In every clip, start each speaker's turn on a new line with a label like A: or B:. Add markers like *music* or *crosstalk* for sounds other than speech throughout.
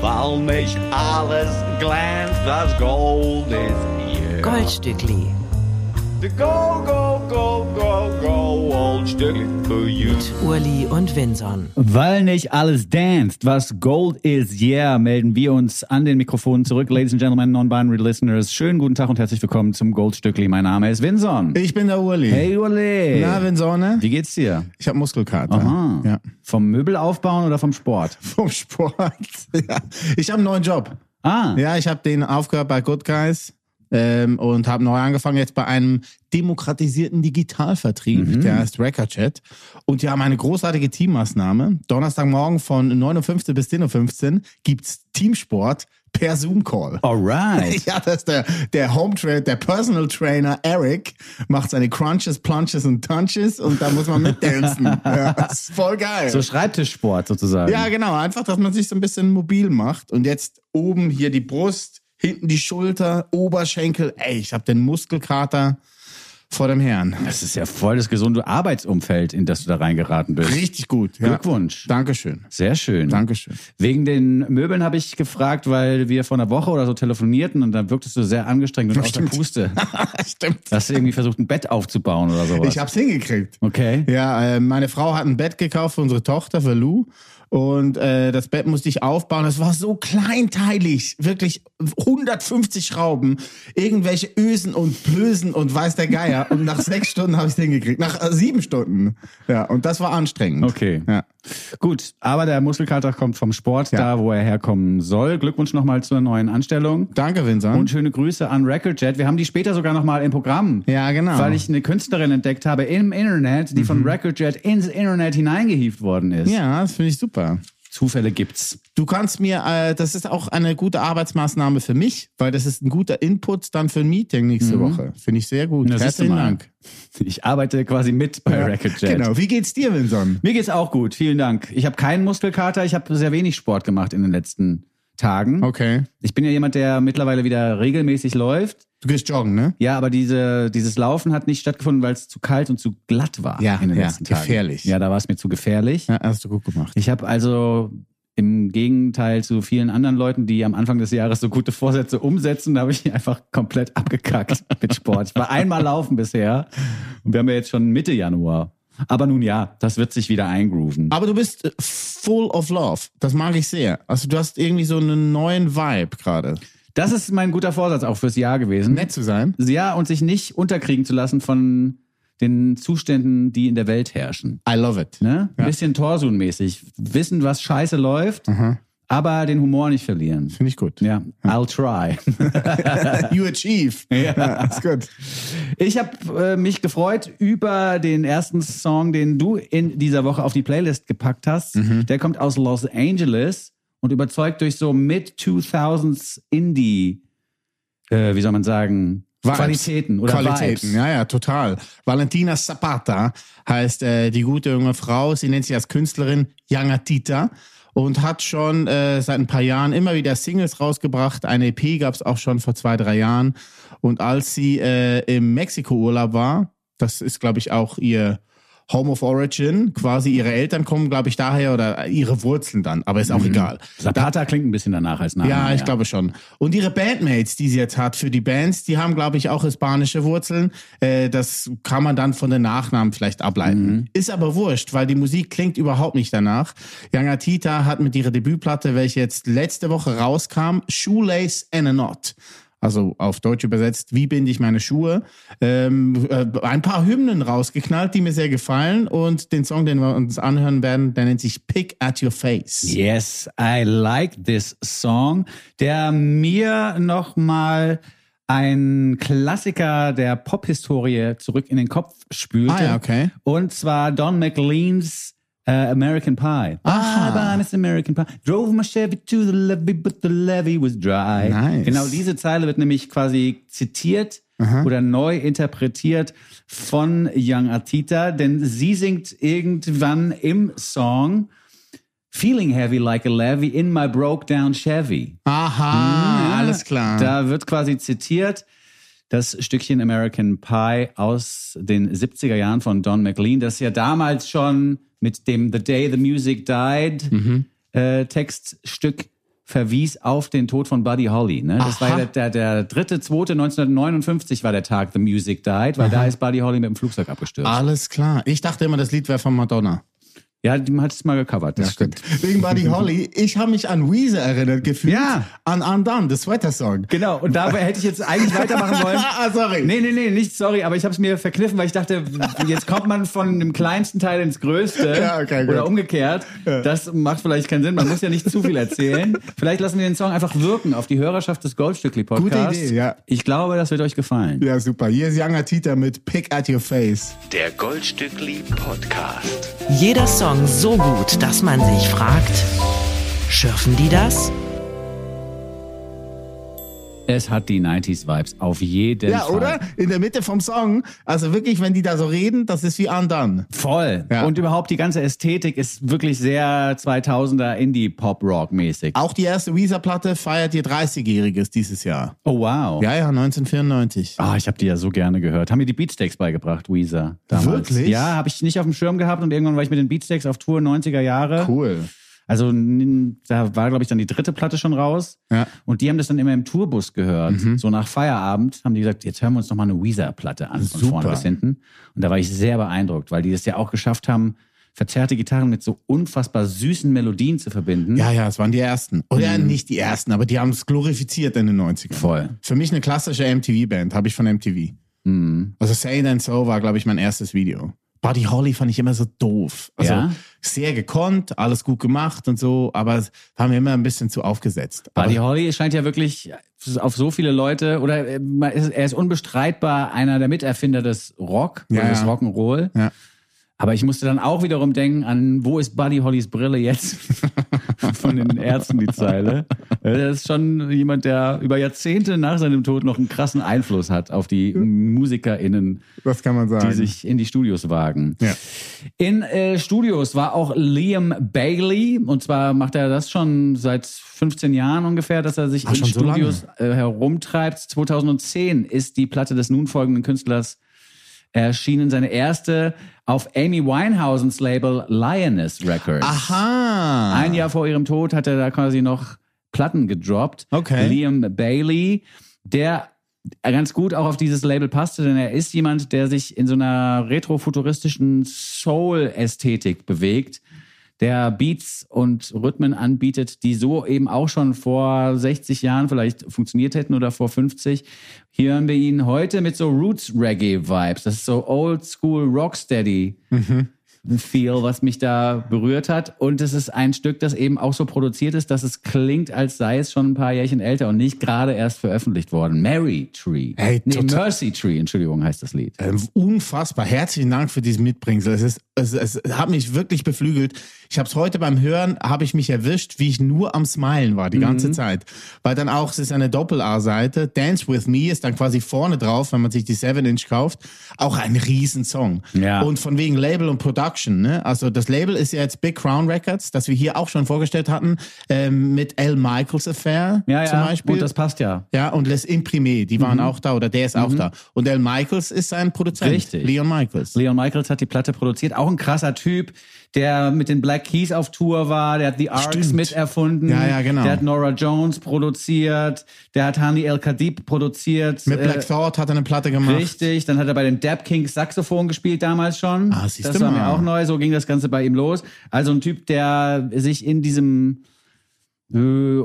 A: weil mich alles glänzt, das Gold ist hier.
B: Goldstückli
A: The go, go, go, go, go, old Stückli für you.
B: mit Urli und Winson.
C: Weil nicht alles danst, was Gold is, yeah, melden wir uns an den Mikrofonen zurück. Ladies and Gentlemen, Non-Binary Listeners, schönen guten Tag und herzlich willkommen zum Goldstückli. Mein Name ist Vinson.
D: Ich bin der Uli.
C: Hey, Ole.
D: Na, wenn Sonne?
C: Wie geht's dir?
D: Ich habe Muskelkater.
C: Aha.
D: Ja. *laughs*
C: Vom Möbel aufbauen oder vom Sport?
D: Vom Sport. *laughs* Ja. Ich habe einen neuen Job.
C: Ah,
D: Ja, ich habe den aufgehört bei Good Guys ähm, und habe neu angefangen jetzt bei einem demokratisierten Digitalvertrieb,
C: Mhm.
D: der heißt Recordchat. Und die haben eine großartige Teammaßnahme. Donnerstagmorgen von 9.15 Uhr bis 10.15 Uhr gibt's Teamsport per Zoom-Call.
C: alright.
D: *laughs* Ja, das ist der, der Home Trainer, der Personal Trainer Eric macht seine Crunches, Plunches und Tunches und da muss man mitdancen.
C: *laughs*
D: ja, das ist voll geil.
C: So Schreibtischsport sozusagen.
D: ja, genau. Einfach, dass man sich so ein bisschen mobil macht und jetzt oben hier die Brust, hinten die Schulter, Oberschenkel. Ey, ich hab den Muskelkater vor dem Herrn.
C: Das ist ja voll das gesunde Arbeitsumfeld, in das du da reingeraten bist.
D: Richtig gut. Ja.
C: Glückwunsch.
D: Dankeschön. *laughs*
C: Sehr schön.
D: Dankeschön.
C: Wegen den Möbeln habe ich gefragt, weil wir vor einer Woche oder so telefonierten und dann wirktest du sehr angestrengt und aus der
D: Stimmt.
C: Puste.
D: Stimmt.
C: Hast du irgendwie versucht, ein Bett aufzubauen oder sowas?
D: Ich hab's hingekriegt.
C: okay.
D: Ja, äh, meine Frau hat ein Bett gekauft für unsere Tochter, für Lou. Und äh, das Bett musste ich aufbauen. Das war so kleinteilig. Wirklich 150 Schrauben, irgendwelche Ösen und Blösen und weiß der Geier.
C: *laughs*
D: Und nach sechs Stunden habe ich es hingekriegt. Nach äh, sieben Stunden. Ja, und das war anstrengend.
C: Okay.
D: Ja.
C: Gut, aber der Muskelkater kommt vom Sport,
D: Ja.
C: da wo er herkommen soll. Glückwunsch nochmal zur neuen Anstellung.
D: Danke, Vincent.
C: Und schöne Grüße an Recordjet. Wir haben die später sogar nochmal im Programm.
D: Ja, genau. Mhm.
C: Weil ich eine Künstlerin entdeckt habe im Internet, die von Recordjet ins Internet hineingehievt worden ist.
D: ja, das finde ich super.
C: Zufälle gibt's.
D: Du kannst mir, äh, das ist auch eine gute Arbeitsmaßnahme für mich, weil das ist ein guter Input dann für ein Meeting nächste Woche. Finde ich sehr gut.
C: Mhm. Na, siehst du
D: Herzlichen
C: mal.
D: Dank.
C: Ich arbeite quasi mit bei Recordjet.
D: Genau. Wie geht's dir, Vincent?
C: Mir geht's auch gut, vielen Dank. Ich habe keinen Muskelkater, ich habe sehr wenig Sport gemacht in den letzten Tagen.
D: Okay.
C: Ich bin ja jemand, der mittlerweile wieder regelmäßig läuft.
D: Du gehst joggen, ne?
C: Ja, aber diese, dieses Laufen hat nicht stattgefunden, weil es zu kalt und zu glatt war
D: Ja,
C: in den
D: ja,
C: letzten Tagen.
D: gefährlich.
C: Ja, da war es mir zu gefährlich.
D: Ja, hast du gut gemacht.
C: Ich habe also im Gegenteil zu vielen anderen Leuten, die am Anfang des Jahres so gute Vorsätze umsetzen, habe ich einfach komplett abgekackt *laughs* mit Sport. Ich war einmal laufen bisher und wir haben ja jetzt schon Mitte Januar. Aber nun ja, das wird sich wieder eingrooven.
D: Aber du bist äh, full of love. Das mag ich sehr. Also du hast irgendwie so einen neuen Vibe gerade.
C: Das ist mein guter Vorsatz auch fürs Jahr gewesen.
D: Nett zu sein.
C: Ja, und sich nicht unterkriegen zu lassen von den Zuständen, die in der Welt herrschen.
D: I love it.
C: Ne? Ein
D: Ja.
C: bisschen Torsun-mäßig. Wissen, was scheiße läuft, aber den Humor nicht verlieren.
D: Finde ich gut.
C: Ja, I'll try.
D: *laughs* You achieve. Ja. ist gut.
C: Ich habe äh, mich gefreut über den ersten Song, den du in dieser Woche auf die Playlist gepackt hast.
D: Mhm.
C: Der kommt aus Los Angeles und überzeugt durch so Mid-2000s Indie, äh, wie soll man sagen,
D: Vibes.
C: Qualitäten oder
D: Qualitäten,
C: Vibes.
D: ja, ja, total. Valentina Zapata heißt äh, die gute junge Frau. Sie nennt sich als Künstlerin Yangatita und hat schon äh, seit ein paar Jahren immer wieder Singles rausgebracht. Eine EP gab es auch schon vor zwei, drei Jahren. Und als sie äh, im Mexiko-Urlaub war, das ist, glaube ich, auch ihr Home of Origin, quasi ihre Eltern kommen, glaube ich, daher oder ihre Wurzeln dann, aber ist auch
C: Mhm.
D: egal.
C: Zapata klingt ein bisschen danach als Name.
D: Ja, ich glaube schon. Und ihre Bandmates, die sie jetzt hat für die Bands, die haben, glaube ich, auch hispanische Wurzeln. Äh, das kann man dann von den Nachnamen vielleicht ableiten. Ist aber wurscht, weil die Musik klingt überhaupt nicht danach. Yanga Tita hat mit ihrer Debütplatte, welche jetzt letzte Woche rauskam, Shoelace and a Knot. Also auf Deutsch übersetzt, wie binde ich meine Schuhe? Ähm, äh, ein paar Hymnen rausgeknallt, die mir sehr gefallen. Und den Song, den wir uns anhören werden, der nennt sich Pick at Your Face.
C: Yes, I like this song, der mir nochmal einen Klassiker der Pophistorie zurück in den Kopf spülte.
D: Ah ja, okay.
C: Und zwar Don McLean's äh, American Pie.
D: Ah.
C: I miss American Pie. Drove my Chevy to the levee, but the levee was dry.
D: Nice.
C: Genau diese Zeile wird nämlich quasi zitiert oder neu interpretiert von Young Atita, denn sie singt irgendwann im Song Feeling heavy like a levy in my broke down Chevy.
D: Aha,
C: Ja,
D: alles klar.
C: Mhm. Da wird quasi zitiert das Stückchen American Pie aus den 70er Jahren von Don McLean, das ja damals Mhm. schon mit dem The Day the Music Died äh, Textstück verwies auf den Tod von Buddy Holly. Ne? Das
D: Aha.
C: war ja der, der, der dritte, zweite 1959 war der Tag The Music Died, weil da ist Buddy Holly mit dem Flugzeug abgestürzt.
D: Alles klar. Ich dachte immer, das Lied wäre von Madonna.
C: Ja, die hat es mal gecovert, das stimmt.
D: Wegen Buddy Holly. Ich habe mich an Weezer erinnert gefühlt.
C: Ja.
D: An Undone, The Sweater Song.
C: Genau, und dabei hätte ich jetzt eigentlich weitermachen *laughs* wollen.
D: *laughs* Ah, sorry.
C: Nee, nee, nee, nicht sorry, aber ich habe es mir verkniffen, weil ich dachte, jetzt kommt man von dem kleinsten Teil ins größte
D: *laughs* Ja, okay, gut.
C: oder umgekehrt. Das macht vielleicht keinen Sinn, man muss ja nicht zu viel erzählen. Vielleicht lassen wir den Song einfach wirken auf die Hörerschaft des Goldstückli Podcasts.
D: Gute Idee, ja.
C: Ich glaube, das wird euch gefallen.
D: Ja, super. Hier ist Younger Tita mit Pick at Your Face.
E: Der Goldstückli Podcast.
B: Jeder Song so gut, dass man sich fragt, schürfen die das?
C: Es hat die 90s Vibes auf jeden
D: Ja,
C: Fall.
D: oder? In der Mitte vom Song. Also wirklich, wenn die da so reden, das ist wie Undone.
C: Voll.
D: Ja.
C: Und überhaupt die ganze Ästhetik ist wirklich sehr 2000er Indie Pop Rock mäßig.
D: Auch die erste Weezer-Platte feiert ihr 30-Jähriges dieses Jahr.
C: Oh wow.
D: Ja, ja, 1994.
C: Ah, ich habe die ja so gerne gehört. Haben mir die Beatsteaks beigebracht, Weezer. Damals.
D: Wirklich?
C: Ja, habe ich nicht auf dem Schirm gehabt und irgendwann war ich mit den Beatsteaks auf Tour 90er Jahre.
D: Cool.
C: Also n- da war, glaube ich, dann die dritte Platte schon raus.
D: Ja. Mhm.
C: Und die haben das dann immer im Tourbus gehört. So nach Feierabend haben die gesagt, jetzt hören wir uns nochmal eine Weezer-Platte an, von
D: Super.
C: vorne bis hinten. Und da war ich sehr beeindruckt, weil die das ja auch geschafft haben, verzerrte Gitarren mit so unfassbar süßen Melodien zu verbinden.
D: Ja, ja, es waren die ersten. Oder nicht die ersten, aber die haben es glorifiziert in den 90ern.
C: Mhm. Voll.
D: Für mich eine klassische MTV-Band, habe ich von MTV.
C: Mhm.
D: Also Say It and So war, glaube ich, mein erstes Video. Buddy Holly fand ich immer so doof. Also
C: Ja?
D: sehr gekonnt, alles gut gemacht und so, aber es haben wir immer ein bisschen zu aufgesetzt. Aber-
C: Buddy Holly scheint ja wirklich auf so viele Leute oder äh, man ist- er ist unbestreitbar einer der Miterfinder des Rock
D: Ja,
C: oder des
D: ja.
C: Rock'n'Roll.
D: Ja.
C: Aber ich musste dann auch wiederum denken an, wo ist Buddy Hollys Brille jetzt?
D: *laughs*
C: Von den Ärzten die Zeile. Er ist schon jemand, der über Jahrzehnte nach seinem Tod noch einen krassen Einfluss hat auf die MusikerInnen,
D: das kann man sagen.
C: die sich in die Studios wagen.
D: Ja.
C: In äh, Studios war auch Liam Bailey und zwar macht er das schon seit 15 Jahren ungefähr, dass er sich
D: Ah,
C: in
D: schon so lange.
C: Studios äh, herumtreibt. 2010 ist die Platte des nun folgenden Künstlers erschienen, seine erste auf Amy Winehousens Label Lioness Records.
D: Aha.
C: Ein Jahr vor ihrem Tod hat er da quasi noch Platten gedroppt.
D: Okay.
C: Liam Bailey, der ganz gut auch auf dieses Label passte, denn er ist jemand, der sich in so einer retrofuturistischen Soul-Ästhetik bewegt, der Beats und Rhythmen anbietet, die so eben auch schon vor 60 Jahren vielleicht funktioniert hätten oder vor 50. Hier hören wir ihn heute mit so Roots-Reggae-Vibes. Das ist so Old-School-Rocksteady. Feel, was mich da berührt hat. Und es ist ein Stück, das eben auch so produziert ist, dass es klingt, als sei es schon ein paar Jährchen älter und nicht gerade erst veröffentlicht worden. Mary Tree.
D: Ey,
C: nee,
D: total-
C: Mercy Tree, Entschuldigung, heißt das Lied.
D: Ähm, unfassbar. Herzlichen Dank für diesen Mitbringsel. Es, ist, es, es hat mich wirklich beflügelt. Ich habe es heute beim Hören, habe ich mich erwischt, wie ich nur am Smilen war die
C: Mhm.
D: ganze Zeit. Weil dann auch, es ist eine Doppel-A-Seite. Dance With Me ist dann quasi vorne drauf, wenn man sich die 7-Inch kauft. Auch ein Riesensong.
C: Ja.
D: Und von wegen Label und Production. Ne? Also das Label ist ja jetzt Big Crown Records, das wir hier auch schon vorgestellt hatten, ähm, mit L. Michaels Affair
C: Ja,
D: zum
C: ja,
D: Beispiel.
C: und das passt ja.
D: Ja, und Les Imprimés, die
C: Mhm.
D: waren auch da oder der ist auch da. Und L. Michaels ist sein Produzent.
C: Richtig.
D: Leon Michaels.
C: Leon Michaels hat die Platte produziert, auch ein krasser Typ, der mit den Black Keys auf Tour war, der hat The Arcs
D: Stimmt.
C: miterfunden,
D: Ja, ja, genau.
C: der hat Nora Jones produziert, der hat Hani El Khadib produziert.
D: Mit
C: äh,
D: Black Thought hat er eine Platte gemacht.
C: Richtig, dann hat er bei den Dab Kings Saxophon gespielt damals schon.
D: Ah, siehst
C: das
D: du
C: war
D: mal.
C: mir auch neu, so ging das Ganze bei ihm los. Also ein Typ, der sich in diesem äh,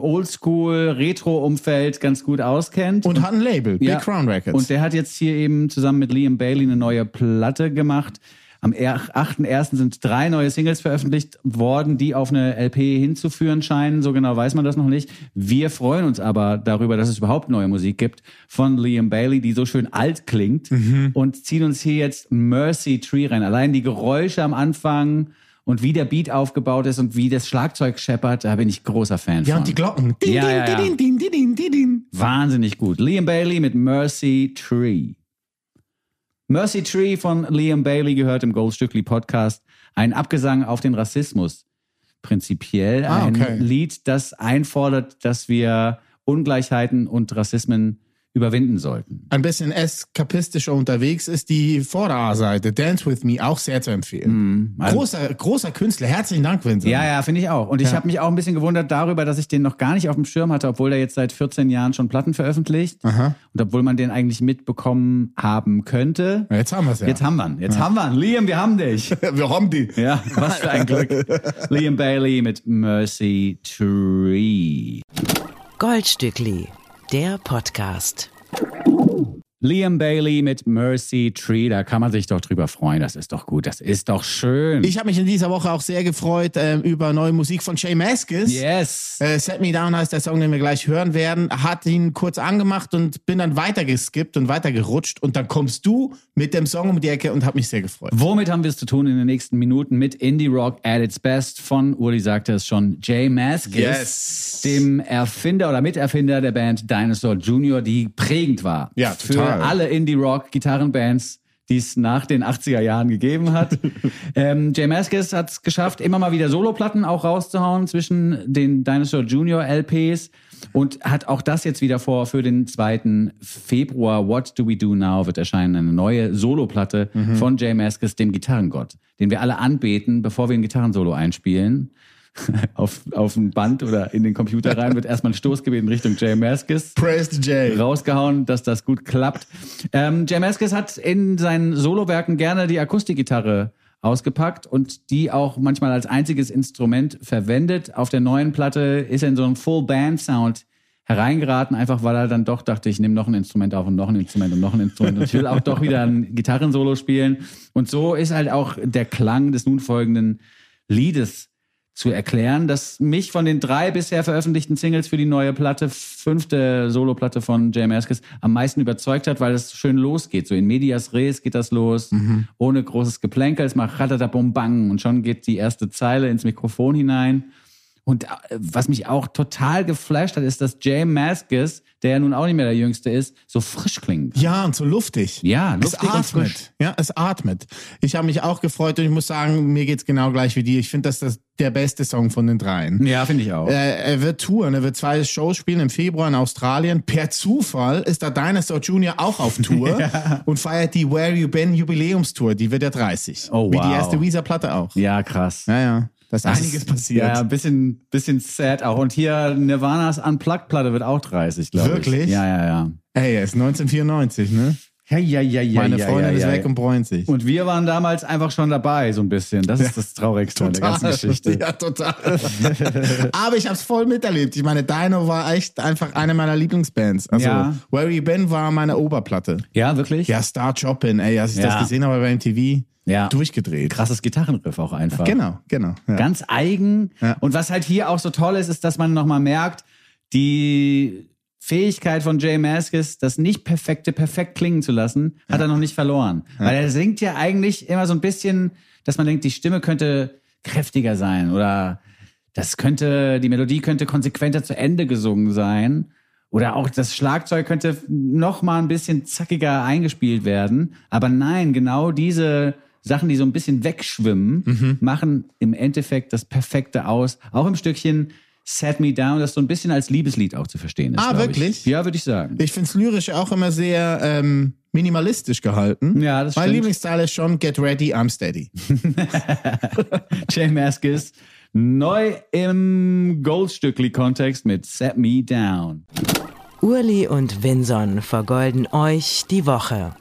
C: Oldschool-Retro-Umfeld ganz gut auskennt.
D: Und hat ein Label,
C: Ja.
D: Big Crown Records.
C: Und der hat jetzt hier eben zusammen mit Liam Bailey eine neue Platte gemacht. Am er- 8.1. sind drei neue Singles veröffentlicht worden, die auf eine LP hinzuführen scheinen. So genau weiß man das noch nicht. Wir freuen uns aber darüber, dass es überhaupt neue Musik gibt von Liam Bailey, die so schön alt klingt
D: Mhm.
C: und ziehen uns hier jetzt Mercy Tree rein. Allein die Geräusche am Anfang und wie der Beat aufgebaut ist und wie das Schlagzeug scheppert, da bin ich großer Fan
D: ja,
C: von.
D: und die Glocken. Ding,
C: Ja,
D: ding,
C: ja, ja.
D: ding, ding, ding, ding, ding, ding.
C: Wahnsinnig gut. Liam Bailey mit Mercy Tree. Mercy Tree von Liam Bailey gehört im Goldstückli Podcast. Ein Abgesang auf den Rassismus. Prinzipiell
D: Ah, okay.
C: ein Lied, das einfordert, dass wir Ungleichheiten und Rassismen überwinden sollten.
D: ein bisschen eskapistischer unterwegs ist, die Vorderseite, Dance With Me, auch sehr zu empfehlen. großer, großer Künstler. Herzlichen Dank, Vincent.
C: Mhm. Also Ja, ja, finde ich auch. Und ich habe mich auch ein bisschen gewundert darüber, dass ich den noch gar nicht auf dem Schirm hatte, obwohl der jetzt seit 14 Jahren schon Platten veröffentlicht. Und obwohl man den eigentlich mitbekommen haben könnte.
D: Jetzt haben wir es ja.
C: Jetzt haben wir ihn. Jetzt haben wir ihn. Liam, wir haben dich.
D: wir haben die.
C: Ja, was für ein Glück. *laughs* Liam Bailey mit Mercy Tree.
B: Goldstückli, der Podcast.
C: Liam Bailey mit Mercy Tree, da kann man sich doch drüber freuen. Das ist doch gut, das ist doch schön.
D: Ich habe mich in dieser Woche auch sehr gefreut ähm, über neue Musik von Shay Maskis.
C: yes.
D: Äh, Set Me Down heißt der Song, den wir gleich hören werden. Hat ihn kurz angemacht und bin dann weitergeskippt und weitergerutscht. Und dann kommst du mit dem Song um die Ecke und hab mich sehr gefreut.
C: Womit haben wir es zu tun in den nächsten Minuten? Mit Indie Rock at its best von, Uli sagte es schon, Jay Maskis,
D: Yes.
C: dem Erfinder oder Miterfinder der Band Dinosaur Jr., die prägend war
D: Ja,
C: für
D: total.
C: alle Indie Rock Gitarrenbands die es nach den 80er Jahren gegeben
D: *laughs*
C: hat. ähm, Jay Maskis hat es geschafft, immer mal wieder Soloplatten auch rauszuhauen zwischen den Dinosaur Junior LPs und hat auch das jetzt wieder vor für den 2. Februar. What Do We Do Now wird erscheinen, eine neue Soloplatte
D: Mhm.
C: von Jay Maskis, dem Gitarrengott, den wir alle anbeten, bevor wir ein Gitarrensolo einspielen. *laughs* auf, auf ein Band oder in den Computer rein wird erstmal ein Stoßgebet in Richtung Jay Maskis
D: Praise the Jay.
C: rausgehauen, dass das gut klappt. Ähm, Jam Eskes hat in seinen Solowerken gerne die Akustikgitarre ausgepackt und die auch manchmal als einziges Instrument verwendet. Auf der neuen Platte ist er in so einen Full-Band-Sound hereingeraten, einfach weil er dann doch dachte, ich nehme noch ein Instrument auf und noch ein Instrument und noch ein Instrument und ich will auch doch wieder ein Gitarrensolo spielen. Und so ist halt auch der Klang des nun folgenden Liedes zu erklären, dass mich von den drei bisher veröffentlichten Singles für die neue Platte, fünfte Soloplatte von Jay Maskis, am meisten überzeugt hat, weil es schön losgeht. So in Medias Res geht das los, ohne großes Geplänkel, es macht Ratatabumbang und schon geht die erste Zeile ins Mikrofon hinein. Und äh, was mich auch total geflasht hat, ist, dass Jay Maskis, der ja nun auch nicht mehr der Jüngste ist, so frisch klingt.
D: Ja, und so luftig.
C: Ja,
D: es
C: luftig und frisch.
D: atmet. Ja, es atmet. Ich habe mich auch gefreut und ich muss sagen, mir geht's genau gleich wie dir. Ich finde, das ist das der beste Song von den dreien.
C: Ja, finde ich auch.
D: Äh, er wird touren, er wird zwei Shows spielen im Februar in Australien. Per Zufall ist da Dinosaur Jr. auch auf
C: *laughs*
D: Tour und feiert die Where You Been Jubiläumstour, die wird ja 30.
C: Oh,
D: Wie
C: wow.
D: die erste Weezer-Platte auch.
C: Ja, krass.
D: Ja, ja. Da ist
C: Das
D: einiges
C: ist-
D: passiert.
C: Ja, ein bisschen, bisschen sad auch. Und hier Nirvanas Unplugged-Platte wird auch 30, glaube ich.
D: Wirklich?
C: Ja, ja, ja.
D: Ey, er ist 1994, ne?
C: Ja, ja, ja, ja.
D: Meine
C: ja,
D: Freundin
C: ja,
D: ist
C: ja,
D: weg
C: ja.
D: und bräunt sich.
C: Und wir waren damals einfach schon dabei, so ein bisschen. Das ist das Traurigste an der ganzen *laughs* Geschichte.
D: Ja, total. *laughs* Aber ich habe es voll miterlebt. Ich meine, Dino war echt einfach eine meiner Lieblingsbands. Also,
C: Ja.
D: Where You Been war meine Oberplatte.
C: Ja, wirklich?
D: Ja, Star Chopin, ey, als ich
C: Ja.
D: das gesehen habe bei MTV,
C: Ja.
D: durchgedreht.
C: Krasses Gitarrenriff auch einfach.
D: Genau, genau. Ja.
C: Ganz eigen.
D: Ja.
C: Und was halt hier auch so toll ist, ist, dass man nochmal merkt, die Fähigkeit von Jay Maskis, das nicht perfekte perfekt klingen zu lassen, hat er noch nicht verloren. Weil er singt ja eigentlich immer so ein bisschen, dass man denkt, die Stimme könnte kräftiger sein oder das könnte, die Melodie könnte konsequenter zu Ende gesungen sein. Oder auch das Schlagzeug könnte noch mal ein bisschen zackiger eingespielt werden. Aber nein, genau diese Sachen, die so ein bisschen wegschwimmen, machen im Endeffekt das Perfekte aus. Auch im Stückchen Set Me Down, das so ein bisschen als Liebeslied auch zu verstehen ist.
D: Ah,
C: glaub
D: wirklich?
C: Ich. Ja, würde ich sagen.
D: Ich finde es lyrisch auch immer sehr ähm, minimalistisch gehalten.
C: Ja, das
D: mein
C: stimmt.
D: Lieblingsteil ist schon Get Ready, I'm Steady.
C: *laughs* Jay Maskis, neu im Goldstückli-Kontext mit Set Me Down.
B: Urli und Vinson vergolden euch die Woche.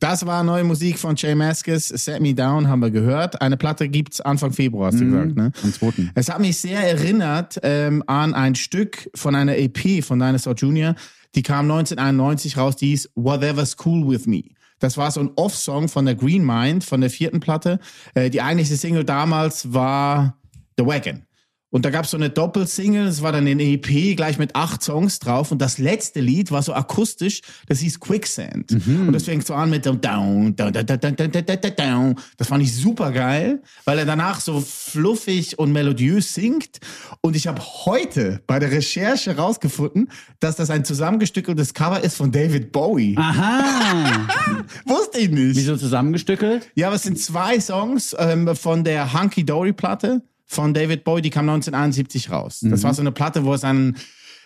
D: Das war neue Musik von Jay Maskis, Set Me Down, haben wir gehört. Eine Platte gibt's Anfang Februar, hast du gesagt, ne?
C: Mhm. Am zweiten.
D: Es hat mich sehr erinnert ähm, an ein Stück von einer EP von Dinosaur Jr., die kam 1991 raus, die hieß Whatever's Cool With Me. Das war so ein Off-Song von der Green Mind, von der vierten Platte. Äh, die eigentliche Single damals war The Wagon. Und da gab es so eine Doppelsingle, es war dann eine EP, gleich mit acht Songs drauf. Und das letzte Lied war so akustisch, das hieß Quicksand. Und das fängt so an mit dem down, down, down, down, down, down, down, down, down. Das fand ich super geil, weil er danach so fluffig und melodiös singt. Und ich habe heute bei der Recherche rausgefunden, dass das ein zusammengestückeltes Cover ist von David Bowie.
C: Aha!
D: Wusste ich nicht.
C: Ah. Wieso zusammengestückelt?
D: Ja, aber es sind zwei Songs ähm, von der
C: Mhm.
D: Hunky Dory Platte von David Bowie, die kam 1971 raus. Das war so eine Platte, wo es einen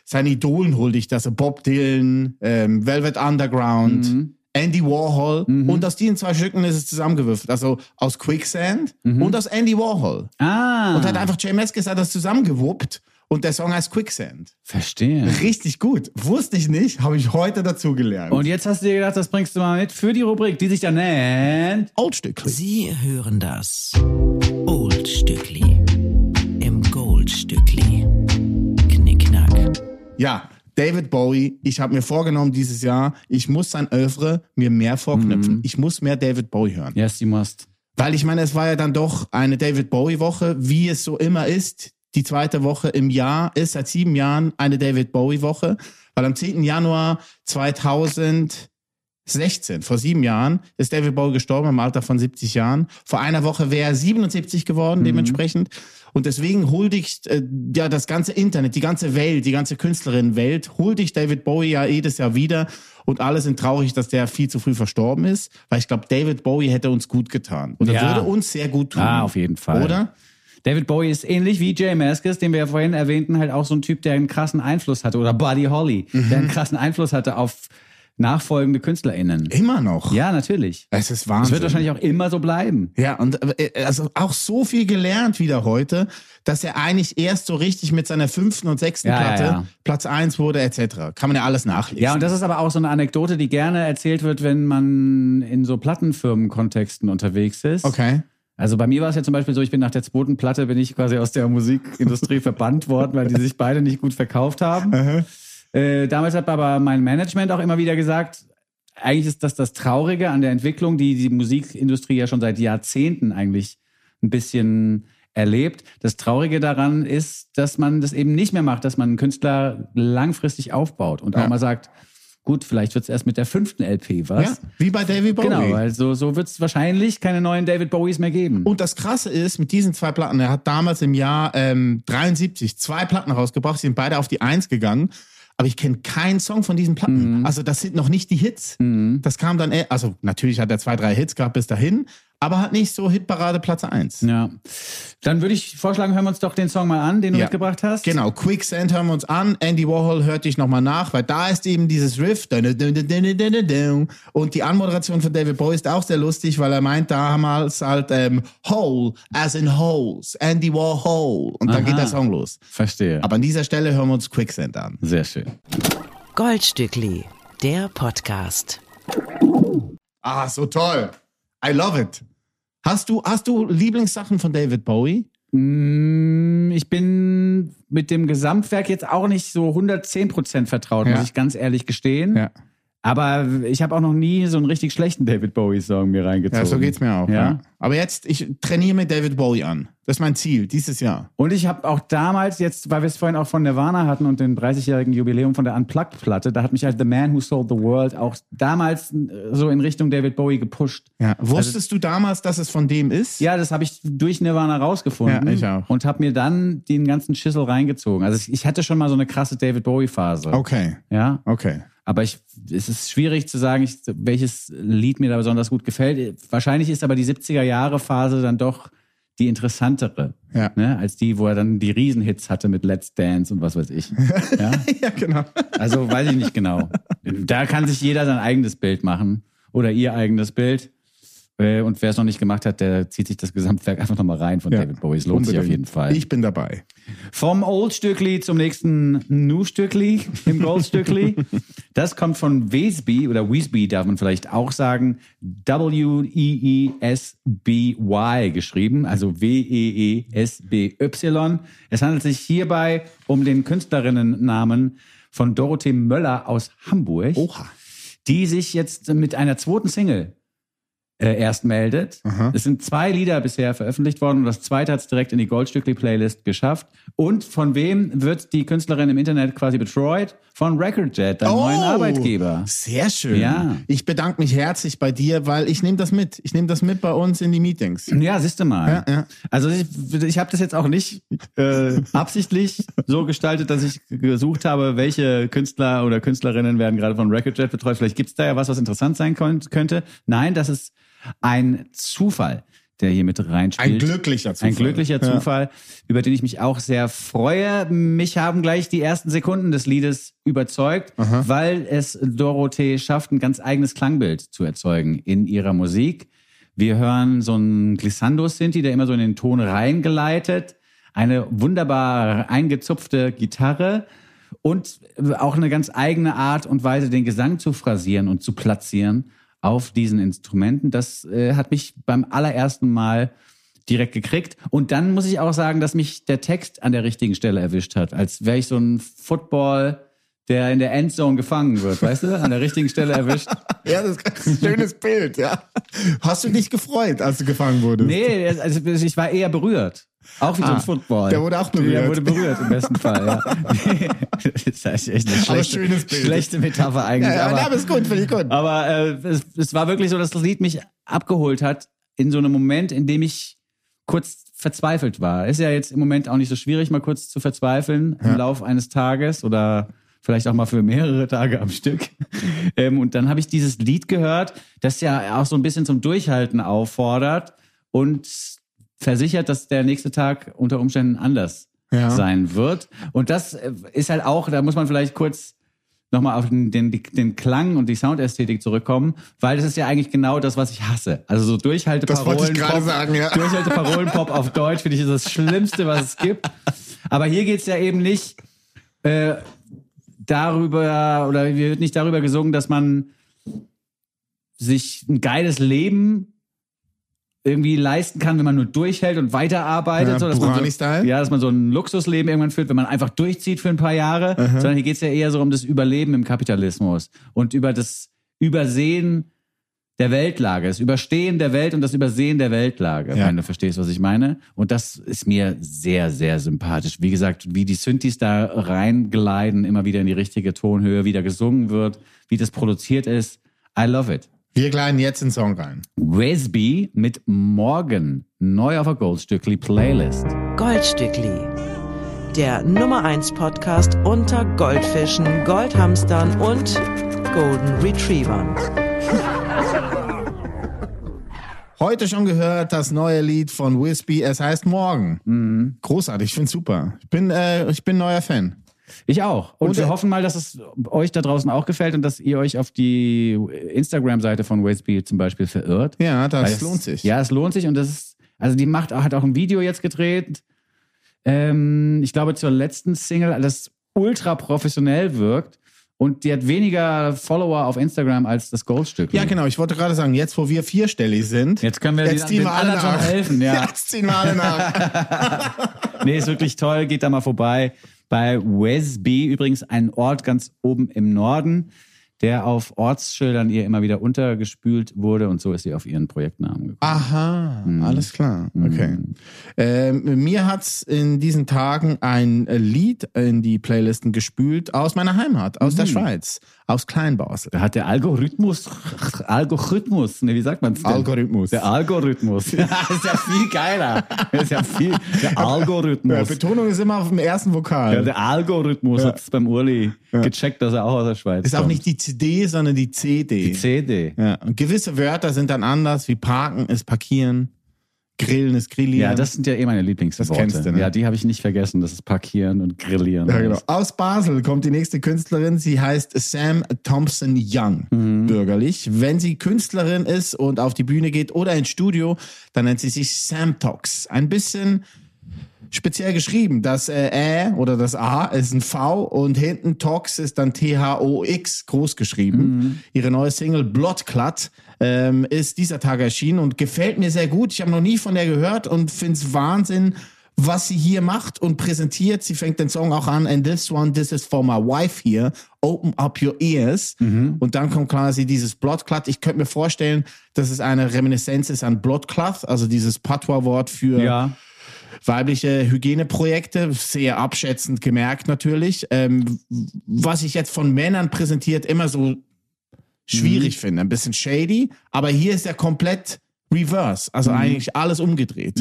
D: seinen Idolen huldigt, also Bob Dylan, ähm, Velvet Underground,
C: Mhm.
D: Andy Warhol. Und aus diesen zwei Stücken ist es zusammengewürfelt. Also aus Quicksand und aus Andy Warhol.
C: Mhm. Ah,
D: Und hat einfach James Eskes hat das zusammengewuppt. Und der Song heißt Quicksand.
C: verstehe.
D: Richtig gut. Wusste ich nicht, habe ich heute dazugelernt.
C: Und jetzt hast du dir gedacht, das bringst du mal mit für die Rubrik, die sich dann nennt.
D: Oldstück.
B: Sie hören das Oldstückli im Goldstückli. Knickknack.
D: Ja, David Bowie, ich habe mir vorgenommen dieses Jahr, ich muss sein Oeuvre mir mehr vorknüpfen. Ich muss mehr David Bowie hören.
C: Yes, you must.
D: Weil ich meine, es war ja dann doch eine David Bowie-Woche, wie es so immer ist. Die zweite Woche im Jahr ist seit sieben Jahren eine David Bowie-Woche, weil am 10. Januar 2016, vor sieben Jahren, ist David Bowie gestorben im Alter von 70 Jahren. Vor einer Woche wäre er 77
C: Mhm.
D: geworden, dementsprechend. Und deswegen huldigt äh, ja das ganze Internet, die ganze Welt, die ganze Künstlerinnenwelt, huldigt David Bowie ja jedes Jahr wieder. Und alle sind traurig, dass der viel zu früh verstorben ist, weil ich glaube, David Bowie hätte uns gut getan. Oder
C: Ja.
D: würde uns sehr gut tun.
C: Ah, auf jeden Fall.
D: Oder?
C: David Bowie ist ähnlich wie Jay Maskis, den wir ja vorhin erwähnten, halt auch so ein Typ, der einen krassen Einfluss hatte. Oder Buddy Holly,
D: Mhm.
C: der einen krassen Einfluss hatte auf nachfolgende KünstlerInnen.
D: Immer noch.
C: Ja, natürlich.
D: Es ist
C: Das
D: Wahnsinn.
C: wird wahrscheinlich auch immer so bleiben.
D: Ja, und äh, also auch so viel gelernt wieder heute, dass er eigentlich erst so richtig mit seiner fünften und sechsten
C: Ja, ja,
D: Platte
C: ja.
D: Platz eins wurde, etc. Kann man ja alles nachlesen.
C: Ja, und das ist aber auch so eine Anekdote, die gerne erzählt wird, wenn man in so Plattenfirmenkontexten unterwegs ist.
D: okay.
C: Also bei mir war es ja zum Beispiel so, ich bin nach der zweiten Platte, bin ich quasi aus der Musikindustrie verbannt worden, weil die sich beide nicht gut verkauft haben. äh, damals hat aber mein Management auch immer wieder gesagt, eigentlich ist das das Traurige an der Entwicklung, die die Musikindustrie ja schon seit Jahrzehnten eigentlich ein bisschen erlebt. Das Traurige daran ist, dass man das eben nicht mehr macht, dass man einen Künstler langfristig aufbaut und auch mal sagt, gut, vielleicht wird es erst mit der fünften LP
D: Ja,
C: was.
D: wie bei David Bowie.
C: Genau, weil so, so wird es wahrscheinlich keine neuen David Bowies mehr geben.
D: Und das Krasse ist, mit diesen zwei Platten, er hat damals im Jahr ähm, 73 zwei Platten rausgebracht, die sind beide auf die Eins gegangen. Aber ich kenne keinen Song von diesen
C: Mhm.
D: Platten. Also das sind noch nicht die Hits. Das kam dann, eher- also natürlich hat er zwei, drei Hits gehabt bis dahin, aber hat nicht so Hitparade Platz eins.
C: Ja. Dann würde ich vorschlagen, hören wir uns doch den Song mal an, den du
D: Ja.
C: mitgebracht hast.
D: Genau, Quicksand hören wir uns an. Andy Warhol hört dich nochmal nach, weil da ist eben dieses Riff. Und die Anmoderation von David Bowie ist auch sehr lustig, weil er meint damals halt ähm, Hole as in Holes, Andy Warhol. Und dann geht der Song los.
C: Verstehe.
D: Aber an dieser Stelle hören wir uns Quicksand an.
C: Sehr schön.
B: Goldstückli, der Podcast.
D: Ah, so toll. I love it. Hast du, hast du Lieblingssachen von David Bowie?
C: Hm, Ich bin mit dem Gesamtwerk jetzt auch nicht so 110% vertraut,
D: Ja.
C: muss ich ganz ehrlich gestehen. Aber ich habe auch noch nie so einen richtig schlechten David Bowie-Song mir reingezogen.
D: Ja, so geht's mir auch.
C: Ja.
D: ja. Aber jetzt, ich trainiere mit David Bowie an. Das ist mein Ziel dieses Jahr.
C: Und ich habe auch damals, jetzt, weil wir es vorhin auch von Nirvana hatten und dem 30-jährigen Jubiläum von der Unplugged-Platte, da hat mich halt The Man Who Sold the World auch damals äh, so in Richtung David Bowie gepusht.
D: Ja. Wusstest du damals, dass es von dem ist?
C: Ja, das habe ich durch Nirvana rausgefunden.
D: Ja, ich auch.
C: Und habe mir dann den ganzen Schissel reingezogen. Also ich- ich hatte schon mal so eine krasse David Bowie-Phase.
D: Okay,
C: Ja,
D: okay.
C: aber ich, es ist schwierig zu sagen, ich, welches Lied mir da besonders gut gefällt. Wahrscheinlich ist aber die 70er-Jahre-Phase dann doch die interessantere.
D: Ja.
C: Ne, als die, wo er dann die Riesenhits hatte mit Let's Dance und was weiß ich. Ja?
D: *laughs* Ja, genau.
C: Also weiß ich nicht genau. Da kann sich jeder sein eigenes Bild machen oder ihr eigenes Bild. Äh, Und wer es noch nicht gemacht hat, der zieht sich das Gesamtwerk einfach nochmal rein von David Bowie. Es lohnt sich auf jeden Fall.
D: Ich bin dabei.
C: Vom Old-Stückli zum nächsten New-Stückli im Gold-Stückli. das kommt von Wesby oder Weesby darf man vielleicht auch sagen. E W-E-E-S-B-Y geschrieben, also W-E-E-S-B-Y. Es handelt sich hierbei um den Künstlerinnennamen von Dorothee Möller aus Hamburg,
D: Oh.
C: die sich jetzt mit einer zweiten Single äh, erst meldet. Es sind zwei Lieder bisher veröffentlicht worden und das zweite hat es direkt in die Goldstückli-Playlist geschafft. Und von wem wird die Künstlerin im Internet quasi betreut? Von Recordjet, deinem
D: Oh!
C: neuen Arbeitgeber.
D: Sehr schön.
C: Ja.
D: Ich bedanke mich herzlich bei dir, weil ich nehme das mit. Ich nehme das mit bei uns in die Meetings.
C: Ja, siehst du mal.
D: Ja, ja.
C: Also ich, ich habe das jetzt auch nicht äh, absichtlich so gestaltet, dass ich gesucht habe, welche Künstler oder Künstlerinnen werden gerade von Recordjet betreut. Vielleicht gibt's da ja was, was interessant sein kon- könnte. Nein, das ist ein Zufall. der hier mit reinspielt.
D: Ein glücklicher Zufall.
C: Ein glücklicher
D: Ja.
C: Zufall, über den ich mich auch sehr freue. Mich haben gleich die ersten Sekunden des Liedes überzeugt, weil es Dorothee schafft, ein ganz eigenes Klangbild zu erzeugen in ihrer Musik. Wir hören so einen Glissando-Sinti, der immer so in den Ton reingeleitet, eine wunderbar eingezupfte Gitarre und auch eine ganz eigene Art und Weise, den Gesang zu phrasieren und zu platzieren auf diesen Instrumenten. Das äh, hat mich beim allerersten Mal direkt gekriegt. Und dann muss ich auch sagen, dass mich der Text an der richtigen Stelle erwischt hat. Als wäre ich so ein Football, der in der Endzone gefangen wird, weißt du? An der richtigen Stelle
D: *laughs*
C: erwischt.
D: Ja, das ist ein schönes Bild, ja. Hast du dich gefreut, als du gefangen wurdest?
C: Nee, es- also ich war eher berührt. Auch wie so ein Football.
D: Ah, der wurde auch berührt.
C: Der wurde berührt im besten Fall,
D: *laughs*
C: ja. *laughs* das ist echt eine
D: Aber
C: schlechte,
D: schönes Bild.
C: schlechte Metapher eigentlich.
D: Ja, ja,
C: aber-
D: aber ist gut, finde ich gut.
C: Aber äh, es, es war wirklich so, dass das Lied mich abgeholt hat in so einem Moment, in dem ich kurz verzweifelt war. Ist ja jetzt im Moment auch nicht so schwierig, mal kurz zu verzweifeln im Lauf eines Tages oder vielleicht auch mal für mehrere Tage am Stück. *laughs* ähm, und dann habe ich dieses Lied gehört, das ja auch so ein bisschen zum Durchhalten auffordert und versichert, dass der nächste Tag unter Umständen anders
D: Ja.
C: sein wird. Und das äh, ist halt auch, da muss man vielleicht kurz nochmal auf den, den, den Klang und die Soundästhetik zurückkommen, weil das ist ja eigentlich genau das, was ich hasse. Also so
D: Das wollte ich
C: Durchhalteparolen.
D: gerade sagen, ja.
C: Durchhalteparolen-Pop auf Deutsch finde ich ist das Schlimmste, was es gibt. Aber hier geht's ja eben nicht äh, darüber, oder hier wird nicht darüber gesungen, dass man sich ein geiles Leben irgendwie leisten kann, wenn man nur durchhält und weiterarbeitet.
D: Ja,
C: so, dass man so,
D: Burani-Style.
C: ja, dass man so ein Luxusleben irgendwann führt, wenn man einfach durchzieht für ein paar Jahre, sondern hier geht's ja eher so um das Überleben im Kapitalismus und über das Übersehen der Weltlage, das Überstehen der Welt und das Übersehen der Weltlage,
D: Ja.
C: wenn du verstehst, was ich meine. Und das ist mir sehr, sehr sympathisch. Wie gesagt, wie die Synthes da reingleiten, immer wieder in die richtige Tonhöhe, wie da gesungen wird, wie das produziert ist. I love it.
D: Wir gleiten jetzt den Song rein.
C: Wesby mit Morgan, neu auf der Goldstückli Playlist.
F: Goldstückli. Der Nummer 1 Podcast unter Goldfischen, Goldhamstern und Golden Retrievern.
D: Heute schon gehört das neue Lied von Wispy, es heißt Morgen.
C: Mhm.
D: Großartig, ich find's super. Ich bin, äh, ich bin neuer Fan.
C: Ich auch. Und,
D: Und, äh,
C: wir hoffen mal, dass es euch da draußen auch gefällt und dass ihr euch auf die Instagram-Seite von Wesby zum Beispiel verirrt.
D: Ja,
C: Weil
D: das
C: es-
D: lohnt sich.
C: Ja, es lohnt sich und das ist, also die macht auch, hat auch ein Video jetzt gedreht. Ähm, ich glaube zur letzten Single, das ultra professionell wirkt und die hat weniger Follower auf Instagram als das Goldstück.
D: Ja, genau. Ich wollte gerade sagen, jetzt wo wir vierstellig sind,
C: Jetzt können wir den-
D: ziehen
C: den
D: wir alle
C: anderen schon
D: nach.
C: helfen, ja.
D: *laughs* Jetzt ziehen wir alle
C: *laughs*
D: nach.
C: Nee, ist wirklich toll. Geht da mal vorbei. Bei Wesby, übrigens ein Ort ganz oben im Norden, der auf Ortsschildern ihr immer wieder untergespült wurde und so ist sie auf ihren Projektnamen gekommen.
D: Aha,
C: Mhm.
D: alles klar. Okay. Ähm, mir hat's in diesen Tagen ein äh, Lied in die Playlisten gespült aus meiner Heimat, aus der
C: Mhm.
D: Schweiz, aus Kleinbasel.
C: Da hat der Algorithmus, Algorithmus, ne, wie sagt man es denn?
D: Algorithmus.
C: Der
D: *laughs*
C: Algorithmus. Ja, ist ja viel geiler. Ist ja viel, der
D: Ja,
C: Algorithmus.
D: Betonung ist immer auf dem ersten Vokal.
C: Ja, der Algorithmus hat's hat es beim Urli gecheckt, dass er auch aus der Schweiz
D: ist auch
C: kommt.
D: nicht die CD, sondern die CD.
C: die CD.
D: Ja, und gewisse Wörter sind dann anders, wie parken ist parkieren, grillen ist grillieren.
C: Ja, das sind ja eh meine Lieblingsworte.
D: kennst du, ne?
C: Ja, die habe ich nicht vergessen. Das ist Parkieren und Grillieren.
D: Ja, genau. Aus Basel kommt die nächste Künstlerin. Sie heißt Sam Thompson Young, bürgerlich. Wenn sie Künstlerin ist und auf die Bühne geht oder ins Studio, dann nennt sie sich Sam Tox. Ein bisschen speziell geschrieben. Das äh, Ä oder das A ist ein V und hinten Tox ist dann T-H-O-X groß geschrieben. Ihre neue Single Blottklat ähm, ist dieser Tag erschienen und gefällt mir sehr gut. Ich habe noch nie von der gehört und find's Wahnsinn, was sie hier macht und präsentiert. Sie fängt den Song auch an, and this one, this is for my wife here, open up your ears. Und dann kommt quasi dieses Blottklat. Ich könnte mir vorstellen, dass es eine Reminiszenz ist an Blottklat, also dieses Patois-Wort für
C: Ja,
D: weibliche Hygieneprojekte, sehr abschätzend gemerkt natürlich. Ähm, was ich jetzt von Männern
C: Mhm.
D: präsentiert, immer so schwierig finde, ein bisschen shady. Aber hier ist er komplett reverse, also
C: Mhm.
D: eigentlich alles umgedreht.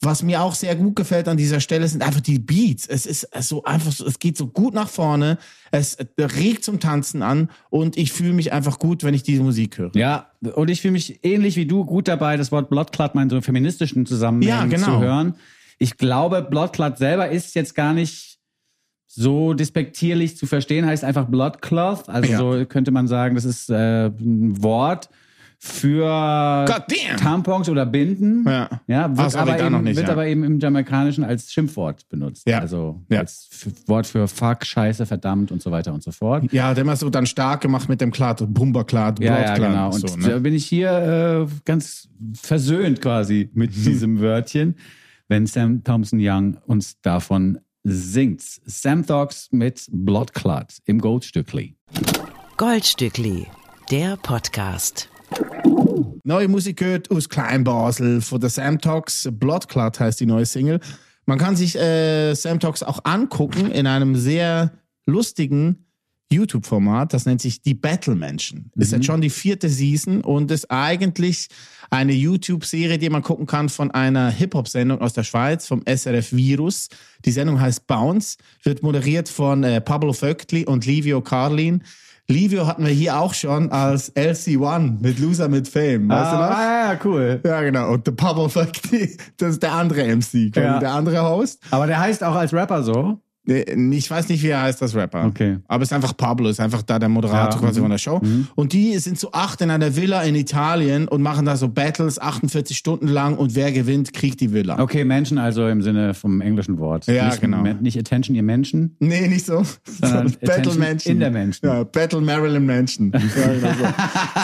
D: Was mir auch sehr gut gefällt an dieser Stelle sind einfach die Beats. Es ist so einfach, so- es geht so gut nach vorne, es regt zum Tanzen an und ich fühle mich einfach gut, wenn ich diese Musik höre.
C: Ja, und ich fühle mich ähnlich wie du gut dabei, das Wort Blootklat mal in so einem feministischen Zusammenhang
D: Ja, genau.
C: zu hören. Ich glaube, Blootklat selber ist jetzt gar nicht so despektierlich zu verstehen, heißt einfach Bloodcloth. Also
D: Ja.
C: so könnte man sagen, das ist äh, ein Wort für
D: God damn.
C: Tampons oder Binden.
D: Ja.
C: ja
D: Ah,
C: wird,
D: sorry,
C: aber,
D: da
C: eben,
D: noch nicht,
C: wird
D: ja.
C: aber eben im Jamaikanischen als Schimpfwort benutzt.
D: Ja.
C: Also
D: Ja.
C: als F- Wort für Fuck, Scheiße, verdammt und so weiter und so fort.
D: Ja, der immer so dann stark gemacht mit dem Klat, Bumberklat,
C: Ja, ja,
D: Brotklat,
C: genau. Und
D: so,
C: da
D: ne?
C: bin ich hier äh, ganz versöhnt quasi mit diesem Wörtchen, wenn Sam Thompson Young uns davon singt. Sam Thox mit Blotclot im Goldstückli.
F: Goldstückli, der Podcast.
D: Neue Musik gehört aus Kleinbasel von der Sam Talks. Bloodclot heißt die neue Single. Man kann sich äh, Sam Talks auch angucken in einem sehr lustigen YouTube-Format. Das nennt sich Die Battle Menschen. Ist jetzt schon die vierte Season und ist eigentlich eine YouTube-Serie, die man gucken kann von einer Hip-Hop-Sendung aus der Schweiz, vom SRF Virus. Die Sendung heißt Bounce, wird moderiert von äh, Pablo Vöckli und Livio Carlin. Livio hatten wir hier auch schon als LC1 mit Loser mit Fame. Weißt du noch?
C: Ah, ja, cool.
D: Ja, genau. Und der Pablo Vöckli, das ist der andere MC, quasi
C: Ja.
D: der andere Host.
C: Aber der heißt auch als Rapper so.
D: Nee, Ich weiß nicht, wie er heißt, das Rapper.
C: Okay.
D: Aber es ist einfach Pablo, ist einfach da der
C: Ja,
D: Moderator quasi
C: mhm.
D: von der Show. Und die sind zu acht in einer Villa in Italien und machen da so Battles 48 Stunden lang und wer gewinnt, kriegt die Villa.
C: Okay, Menschen also im Sinne vom englischen Wort.
D: Ja,
C: nicht,
D: genau.
C: Men- Nicht Attention, ihr Menschen.
D: Nee, nicht so.
C: Sondern
D: *laughs* Battle
C: Attention
D: Mansion.
C: in der Mansion.
D: Ja, Battle
C: *laughs*
D: Marilyn Mansion. Ja, genau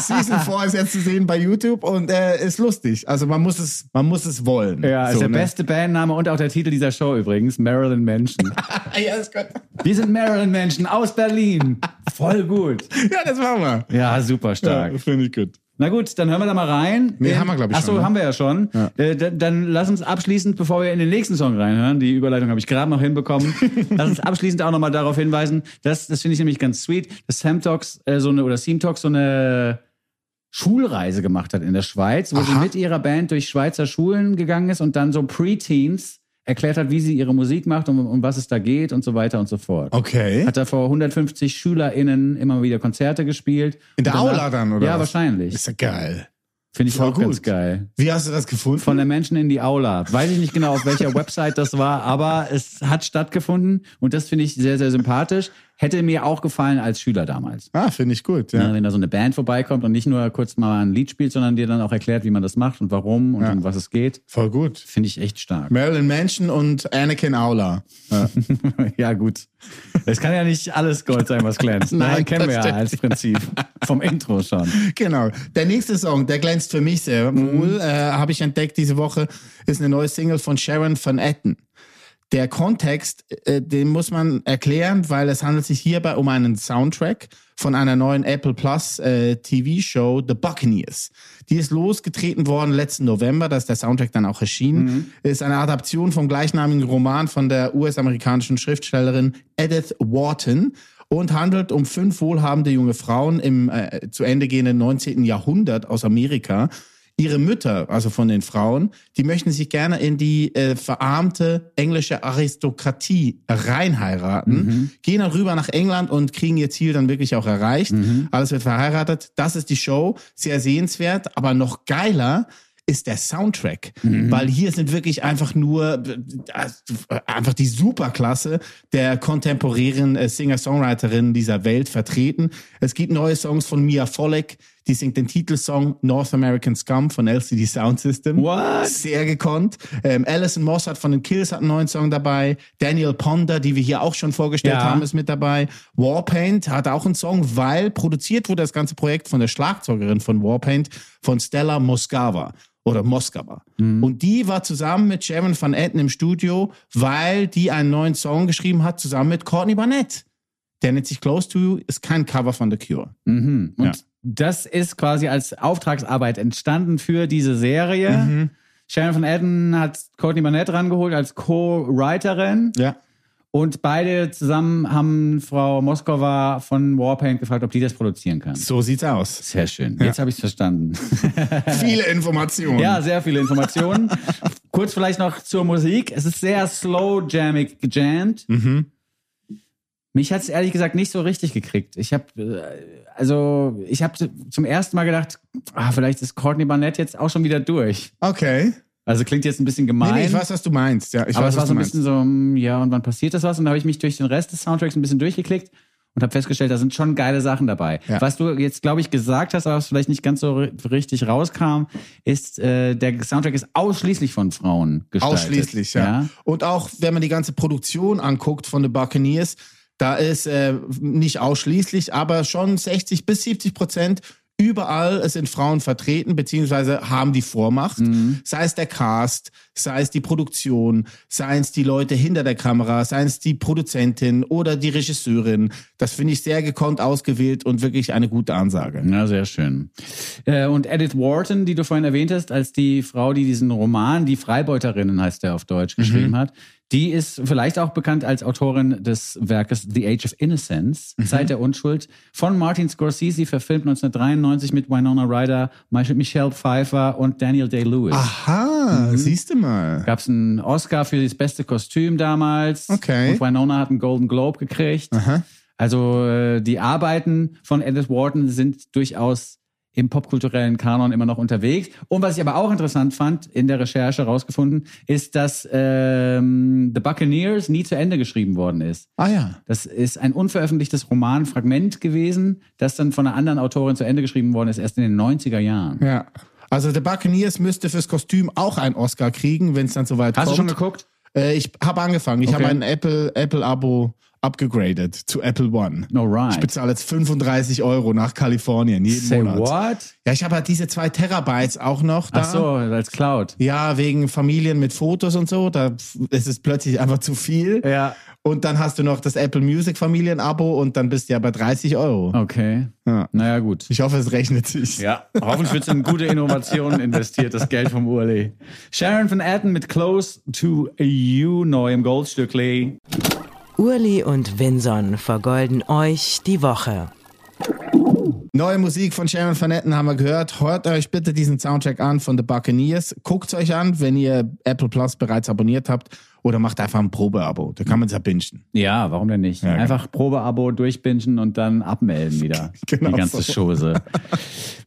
D: so. Season 4 ist jetzt zu sehen bei YouTube und äh, ist lustig. Also man muss es, man muss es wollen.
C: Ja,
D: so,
C: ist der
D: ne?
C: beste Bandname und auch der Titel dieser Show übrigens, Marilyn Mansion.
D: Ah, Ja, ist gut. *laughs*
C: Wir sind Marilyn Mansion aus Berlin. Voll gut.
D: ja, das machen wir.
C: Ja, super stark.
D: Ja, Finde ich gut.
C: Na gut, dann hören wir da mal rein.
D: Nee,
C: Ähm,
D: haben wir, glaub ich,
C: Ach so,
D: schon, ne?
C: haben wir ja schon. Äh, dann, dann lass uns abschließend, bevor wir in den nächsten Song reinhören, die Überleitung habe ich gerade noch
D: *laughs*
C: hinbekommen, lass uns abschließend auch nochmal darauf hinweisen, dass, das finde ich nämlich ganz sweet, dass Sam Talks äh, so eine, oder Seam Talks so eine Schulreise gemacht hat in der Schweiz, wo sie mit ihrer Band durch Schweizer Schulen gegangen ist und dann so Preteens erklärt hat, wie sie ihre Musik macht und um was es da geht und so weiter und so fort.
D: Okay.
C: Hat da vor 150 SchülerInnen immer wieder Konzerte gespielt.
D: In der
C: Und danach-
D: Aula dann, oder?
C: Ja,
D: was?
C: wahrscheinlich.
D: Ist ja geil.
C: Finde ich
D: Voll
C: auch ganz
D: gut. Hm.
C: geil.
D: Wie hast du das gefunden?
C: Von der Menschen in die Aula. Weiß ich nicht genau, auf
D: *laughs*
C: welcher Website das war, aber es hat stattgefunden und das finde ich sehr, sehr sympathisch. Hätte mir auch gefallen als Schüler damals.
D: ah, finde ich gut,
C: Ja,
D: ja.
C: wenn da so eine Band vorbeikommt und nicht nur kurz mal ein Lied spielt, sondern dir dann auch erklärt, wie man das macht und warum und um was es geht,
D: Voll gut.
C: finde ich echt stark.
D: Marilyn Manson und Anakin Aula. *laughs*
C: *laughs* ja, gut. Es kann ja nicht alles Gold sein, was
D: *laughs*
C: glänzt.
D: Nein,
C: Nein, kennen
D: das
C: wir ja
D: stimmt.
C: als Prinzip. Vom Intro schon.
D: Genau. Der nächste Song, der glänzt für mich sehr wohl, äh, habe ich entdeckt diese Woche, ist eine neue Single von Sharon Van Etten. Der Kontext, äh, den muss man erklären, weil es handelt sich hierbei um einen Soundtrack von einer neuen Apple Plus äh, TV-Show The Buccaneers. Die ist losgetreten worden letzten November, da ist der Soundtrack dann auch erschienen. Ist eine Adaption vom gleichnamigen Roman von der US-amerikanischen Schriftstellerin Edith Wharton und handelt um fünf wohlhabende junge Frauen im äh, zu Ende gehenden 19. Jahrhundert aus Amerika. Ihre Mütter, also von den Frauen, die möchten sich gerne in die äh, verarmte englische Aristokratie reinheiraten, gehen dann rüber nach England und kriegen ihr Ziel dann wirklich auch erreicht. Alles wird verheiratet. Das ist die Show, sehr sehenswert, aber noch geiler ist der Soundtrack, weil hier sind wirklich einfach nur äh, einfach die Superklasse der kontemporären äh, Singer-Songwriterinnen dieser Welt vertreten. Es gibt neue Songs von Mia Folek, die singt den Titelsong North American Scum von LCD Sound System.
C: What?
D: Sehr gekonnt. Ähm, Alison Moss hat von den Kills hat einen neuen Song dabei. Daniel Ponder, die wir hier auch schon vorgestellt
C: Ja.
D: haben, ist mit dabei. Warpaint hat auch einen Song, weil produziert wurde das ganze Projekt von der Schlagzeugerin von Warpaint, von Stella Moskava oder Moskava.
C: Mhm.
D: Und die war zusammen mit Sharon Van Etten im Studio, weil die einen neuen Song geschrieben hat, zusammen mit Courtney Barnett. Der nennt sich Close to You, ist kein Cover von The Cure.
C: Mhm. Und
D: Ja.
C: das ist quasi als Auftragsarbeit entstanden für diese Serie. Sharon von Etten hat Courtney Barnett rangeholt als Co-Writerin
D: Ja.
C: Und beide zusammen haben Frau Moskova von Warpaint gefragt, ob die das produzieren kann.
D: So sieht's aus.
C: Sehr schön. Jetzt habe ich es verstanden.
D: *laughs* Viele Informationen.
C: Ja, sehr viele
D: *laughs*
C: Informationen. Kurz vielleicht noch zur Musik. Es ist sehr slow jammig gejammt.
D: Mhm.
C: Mich hat es ehrlich gesagt nicht so richtig gekriegt. Ich habe also ich habe zum ersten Mal gedacht, ah, vielleicht ist Courtney Barnett jetzt auch schon wieder durch.
D: Okay.
C: Also klingt jetzt ein bisschen
D: Nee,
C: gemein.
D: nee, ich weiß, was du meinst. Ja, ich
C: aber
D: weiß,
C: es war
D: was
C: so
D: du
C: ein
D: meinst.
C: bisschen so, hm, ja, und wann passiert das was? Und da habe ich mich durch den Rest des Soundtracks ein bisschen durchgeklickt und habe festgestellt, da sind schon geile Sachen dabei.
D: Ja.
C: Was du jetzt, glaube ich, gesagt hast, aber was vielleicht nicht ganz so ri- richtig rauskam, ist, äh, der Soundtrack ist ausschließlich von Frauen gestaltet.
D: Ausschließlich, ja. Und auch wenn man die ganze Produktion anguckt von The Buccaneers, da ist äh, nicht ausschließlich, aber schon 60 bis 70 Prozent überall sind Frauen vertreten, beziehungsweise haben die Vormacht.
C: Mhm.
D: Sei es der Cast, sei es die Produktion, sei es die Leute hinter der Kamera, sei es die Produzentin oder die Regisseurin. Das finde ich sehr gekonnt ausgewählt und wirklich eine gute Ansage.
C: Ja, sehr schön. Äh, und Edith Wharton, die du vorhin erwähnt hast, als die Frau, die diesen Roman, die Freibeuterinnen heißt der auf Deutsch, geschrieben hat, die ist vielleicht auch bekannt als Autorin des Werkes The Age of Innocence, Zeit der Unschuld, von Martin Scorsese verfilmt 1993 mit Winona Ryder, Mich- Michelle Pfeiffer und Daniel Day-Lewis.
D: Aha, siehst du mal.
C: Gab es einen Oscar für das beste Kostüm damals.
D: Okay.
C: Und Winona hat einen Golden Globe gekriegt. Also äh, die Arbeiten von Edith Wharton sind durchaus im popkulturellen Kanon immer noch unterwegs. Und was ich aber auch interessant fand, in der Recherche rausgefunden, ist, dass ähm, The Buccaneers nie zu Ende geschrieben worden ist.
D: Ah ja.
C: Das ist ein unveröffentlichtes Romanfragment gewesen, das dann von einer anderen Autorin zu Ende geschrieben worden ist, erst in den 90er Jahren.
D: Ja. Also The Buccaneers müsste fürs Kostüm auch einen Oscar kriegen, wenn es dann soweit
C: Hast
D: kommt.
C: du schon geguckt?
D: Äh, ich habe angefangen. Ich habe
C: Okay.
D: ein Apple Apple Abo abgegradet zu Apple One.
C: Alright.
D: Ich bezahle jetzt 35 Euro nach Kalifornien jeden
C: Say
D: Monat.
C: what?
D: Ja, ich habe halt diese zwei Terabytes auch noch da.
C: Ach so, als Cloud.
D: Ja, wegen Familien mit Fotos und so. Da ist es plötzlich einfach zu viel.
C: Ja.
D: Und dann hast du noch das Apple Music Familienabo und dann bist du ja bei 30 Euro.
C: Okay.
D: Ja.
C: Naja, gut.
D: Ich hoffe, es rechnet sich.
C: Oh. Ja, hoffentlich wird in gute Innovationen investiert, das Geld vom Urli. Sharon Van Etten mit Close to You neu im Goldstückli.
F: Urli und Vinson vergolden euch die Woche.
D: Neue Musik von Sharon Van Etten haben wir gehört. Hört euch bitte diesen Soundtrack an von The Buccaneers. Guckt euch an, wenn ihr Apple Plus bereits abonniert habt. Oder macht einfach ein Probeabo. Da kann man es ja bingen.
C: Ja, warum denn nicht?
D: genau.
C: Einfach Probeabo durchbingen und dann abmelden wieder.
D: *laughs* Genau
C: die ganze
D: so.
C: Chose.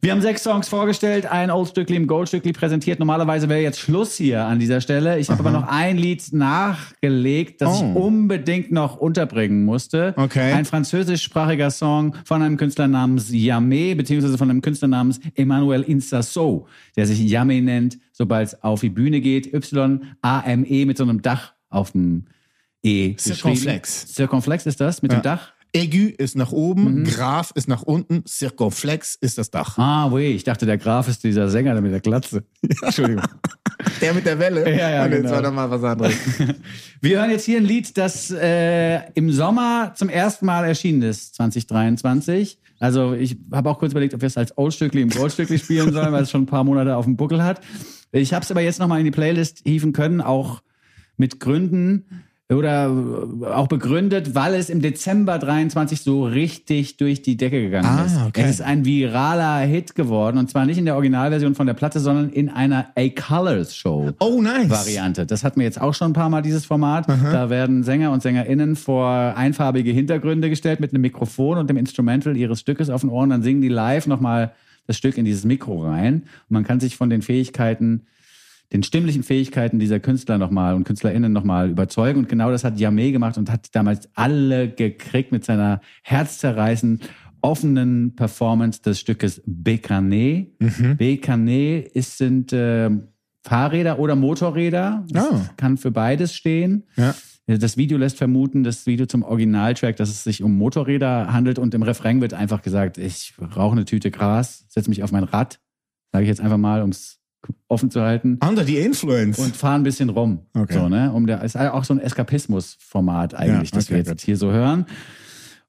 C: Wir haben sechs Songs vorgestellt, ein Oldstückli im Goldstückli präsentiert. Normalerweise wäre jetzt Schluss hier an dieser Stelle. Ich habe aber noch ein Lied nachgelegt, das ich
D: Oh.
C: unbedingt noch unterbringen musste.
D: Okay.
C: Ein französischsprachiger Song von einem Künstler namens Yamé, beziehungsweise von einem Künstler namens Emmanuel Insasso, der sich Yamé nennt, sobald es auf die Bühne geht. Y-A-M-E E mit so einem Dach auf dem E.
D: Circumflex.
C: geschrieben. Circumflex ist das, mit dem Dach?
D: Aigu ist nach oben, Graf ist nach unten, Circumflex ist das Dach.
C: Mhm. Ah, weh, ich dachte, der Graf ist dieser Sänger da mit der *laughs* Glatze. Entschuldigung.
D: Der mit der Welle.
C: Ja, ja,
D: Und jetzt
C: genau.
D: war doch mal was anderes.
C: *laughs* Wir hören jetzt hier ein Lied, das äh, im Sommer zum ersten Mal erschienen ist, 2023. Also ich habe auch kurz überlegt, ob wir es als Oldstückli im Goldstückli spielen sollen, weil es schon ein paar Monate auf dem Buckel hat. Ich habe es aber jetzt nochmal in die Playlist hieven können, auch mit Gründen oder auch begründet, weil es im Dezember 23 so richtig durch die Decke gegangen
D: Ah,
C: ist.
D: okay.
C: Es ist ein viraler Hit geworden und zwar nicht in der Originalversion von der Platte, sondern in einer A Colors Show.
D: Oh, nice.
C: Variante. Das hatten wir jetzt auch schon ein paar Mal, dieses Format. Da werden Sänger und SängerInnen vor einfarbige Hintergründe gestellt mit einem Mikrofon und dem Instrumental ihres Stückes auf den Ohren. Dann singen die live nochmal das Stück in dieses Mikro rein. Und man kann sich von den Fähigkeiten, den stimmlichen Fähigkeiten dieser Künstler nochmal und KünstlerInnen nochmal überzeugen. Und genau das hat Yamé gemacht und hat damals alle gekriegt mit seiner herzzerreißend offenen Performance des Stückes Bekané.
D: Mhm.
C: Bekané ist, sind ähm, Fahrräder oder Motorräder. Das
D: Ah.
C: kann für beides stehen.
D: Ja.
C: Das Video lässt vermuten, das Video zum Originaltrack, dass es sich um Motorräder handelt und im Refrain wird einfach gesagt, ich rauche eine Tüte Gras, setze mich auf mein Rad, sage ich jetzt einfach mal, um es offen zu halten
D: Under the Influence.
C: und fahren ein bisschen rum.
D: Okay.
C: So, ne? um der, ist auch so ein Eskapismus-Format eigentlich,
D: Ja,
C: das wir
D: okay,
C: jetzt hier so hören.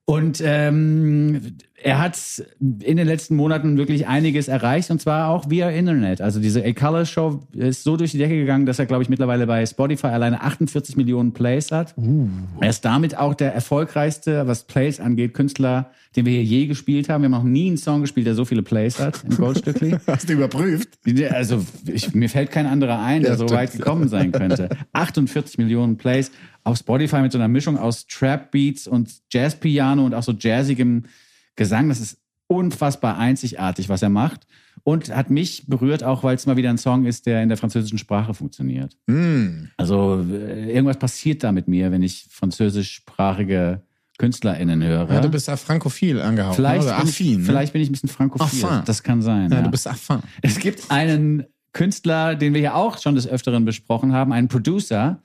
C: Und ähm, er hat in den letzten Monaten wirklich einiges erreicht und zwar auch via Internet. Also diese A Color Show ist so durch die Decke gegangen, dass er, glaube ich, mittlerweile bei Spotify alleine 48 Millionen Plays hat.
D: Uh.
C: Er ist damit auch der erfolgreichste, was Plays angeht, Künstler, den wir hier je gespielt haben. Wir haben noch nie einen Song gespielt, der so viele Plays hat im Goldstückli.
D: *laughs* Hast du überprüft?
C: Ja, Also ich, mir fällt kein anderer ein, der so weit gekommen sein könnte. 48 Millionen Plays auf Spotify mit so einer Mischung aus Trap Beats und Jazz Piano und auch so jazzigem Gesang. Das ist unfassbar einzigartig, was er macht. Und hat mich berührt auch, weil es mal wieder ein Song ist, der in der französischen Sprache funktioniert. Also äh, irgendwas passiert da mit mir, wenn ich französischsprachige KünstlerInnen höre.
D: Ja, du bist ja frankophil angehaucht.
C: vielleicht,
D: ne? Oder
C: bin
D: affin.
C: ich,
D: ne?
C: vielleicht bin ich ein bisschen frankophil.
D: Affin.
C: Das kann sein.
D: Ja,
C: ja.
D: du bist affin.
C: Es gibt einen Künstler, den wir ja auch schon des Öfteren besprochen haben, einen Producer,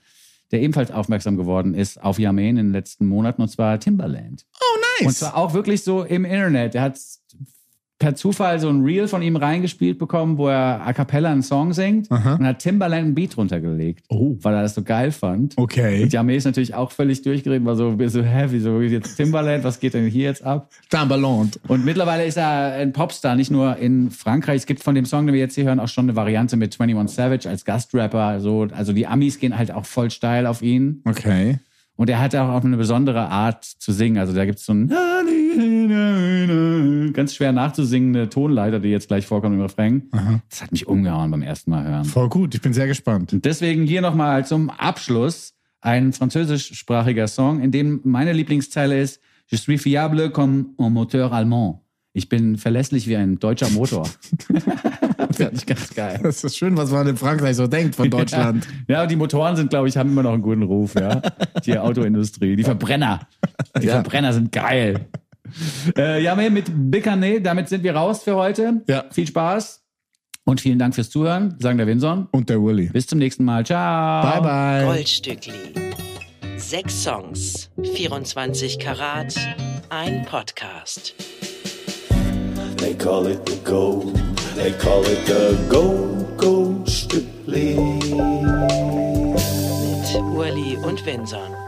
C: der ebenfalls aufmerksam geworden ist auf Yamen in den letzten Monaten, und zwar Timbaland.
D: Oh,
C: Und
D: nice.
C: zwar auch wirklich so im Internet. Er hat per Zufall so ein Reel von ihm reingespielt bekommen, wo er a cappella einen Song singt und hat Timbaland einen Beat runtergelegt, weil er das so geil fand.
D: Okay.
C: Und Yame ist natürlich auch völlig durchgeredet, war so, so heavy, so jetzt Timbaland, was geht denn hier jetzt ab?
D: Timbaland.
C: Und mittlerweile ist er ein Popstar, nicht nur in Frankreich. Es gibt von dem Song, den wir jetzt hier hören, auch schon eine Variante mit 21 Savage als Gastrapper. So, also die Amis gehen halt auch voll steil auf ihn.
D: Okay.
C: Und er hat auch eine besondere Art zu singen. Also da gibt es so ein ganz schwer nachzusingende Tonleiter, die jetzt gleich vorkommt im Refrain. Das hat mich umgehauen beim ersten Mal hören.
D: Voll gut. Ich bin sehr gespannt.
C: Und deswegen hier nochmal zum Abschluss ein französischsprachiger Song, in dem meine Lieblingszeile ist: Je suis fiable comme un moteur allemand. Ich bin verlässlich wie ein deutscher
D: *laughs*
C: Motor. Finde ich ganz geil.
D: Das ist schön, was man in Frankreich so denkt von Deutschland.
C: *laughs* Ja, und die Motoren sind, glaube ich, haben immer noch einen guten Ruf,
D: *laughs*
C: ja. Die Autoindustrie, die Verbrenner. Die Verbrenner sind geil. Äh, ja, wir mit Bicane, damit sind wir raus für heute.
D: Ja.
C: Viel Spaß und vielen Dank fürs Zuhören, sagen der Winson.
D: Und der Willy.
C: Bis zum nächsten Mal. Ciao.
D: Bye, bye.
F: Goldstückli. Sechs Songs, 24 Karat, ein Podcast.
A: They call it the gold. They call it the gold, gold strip
F: Mit Urli und Vinson.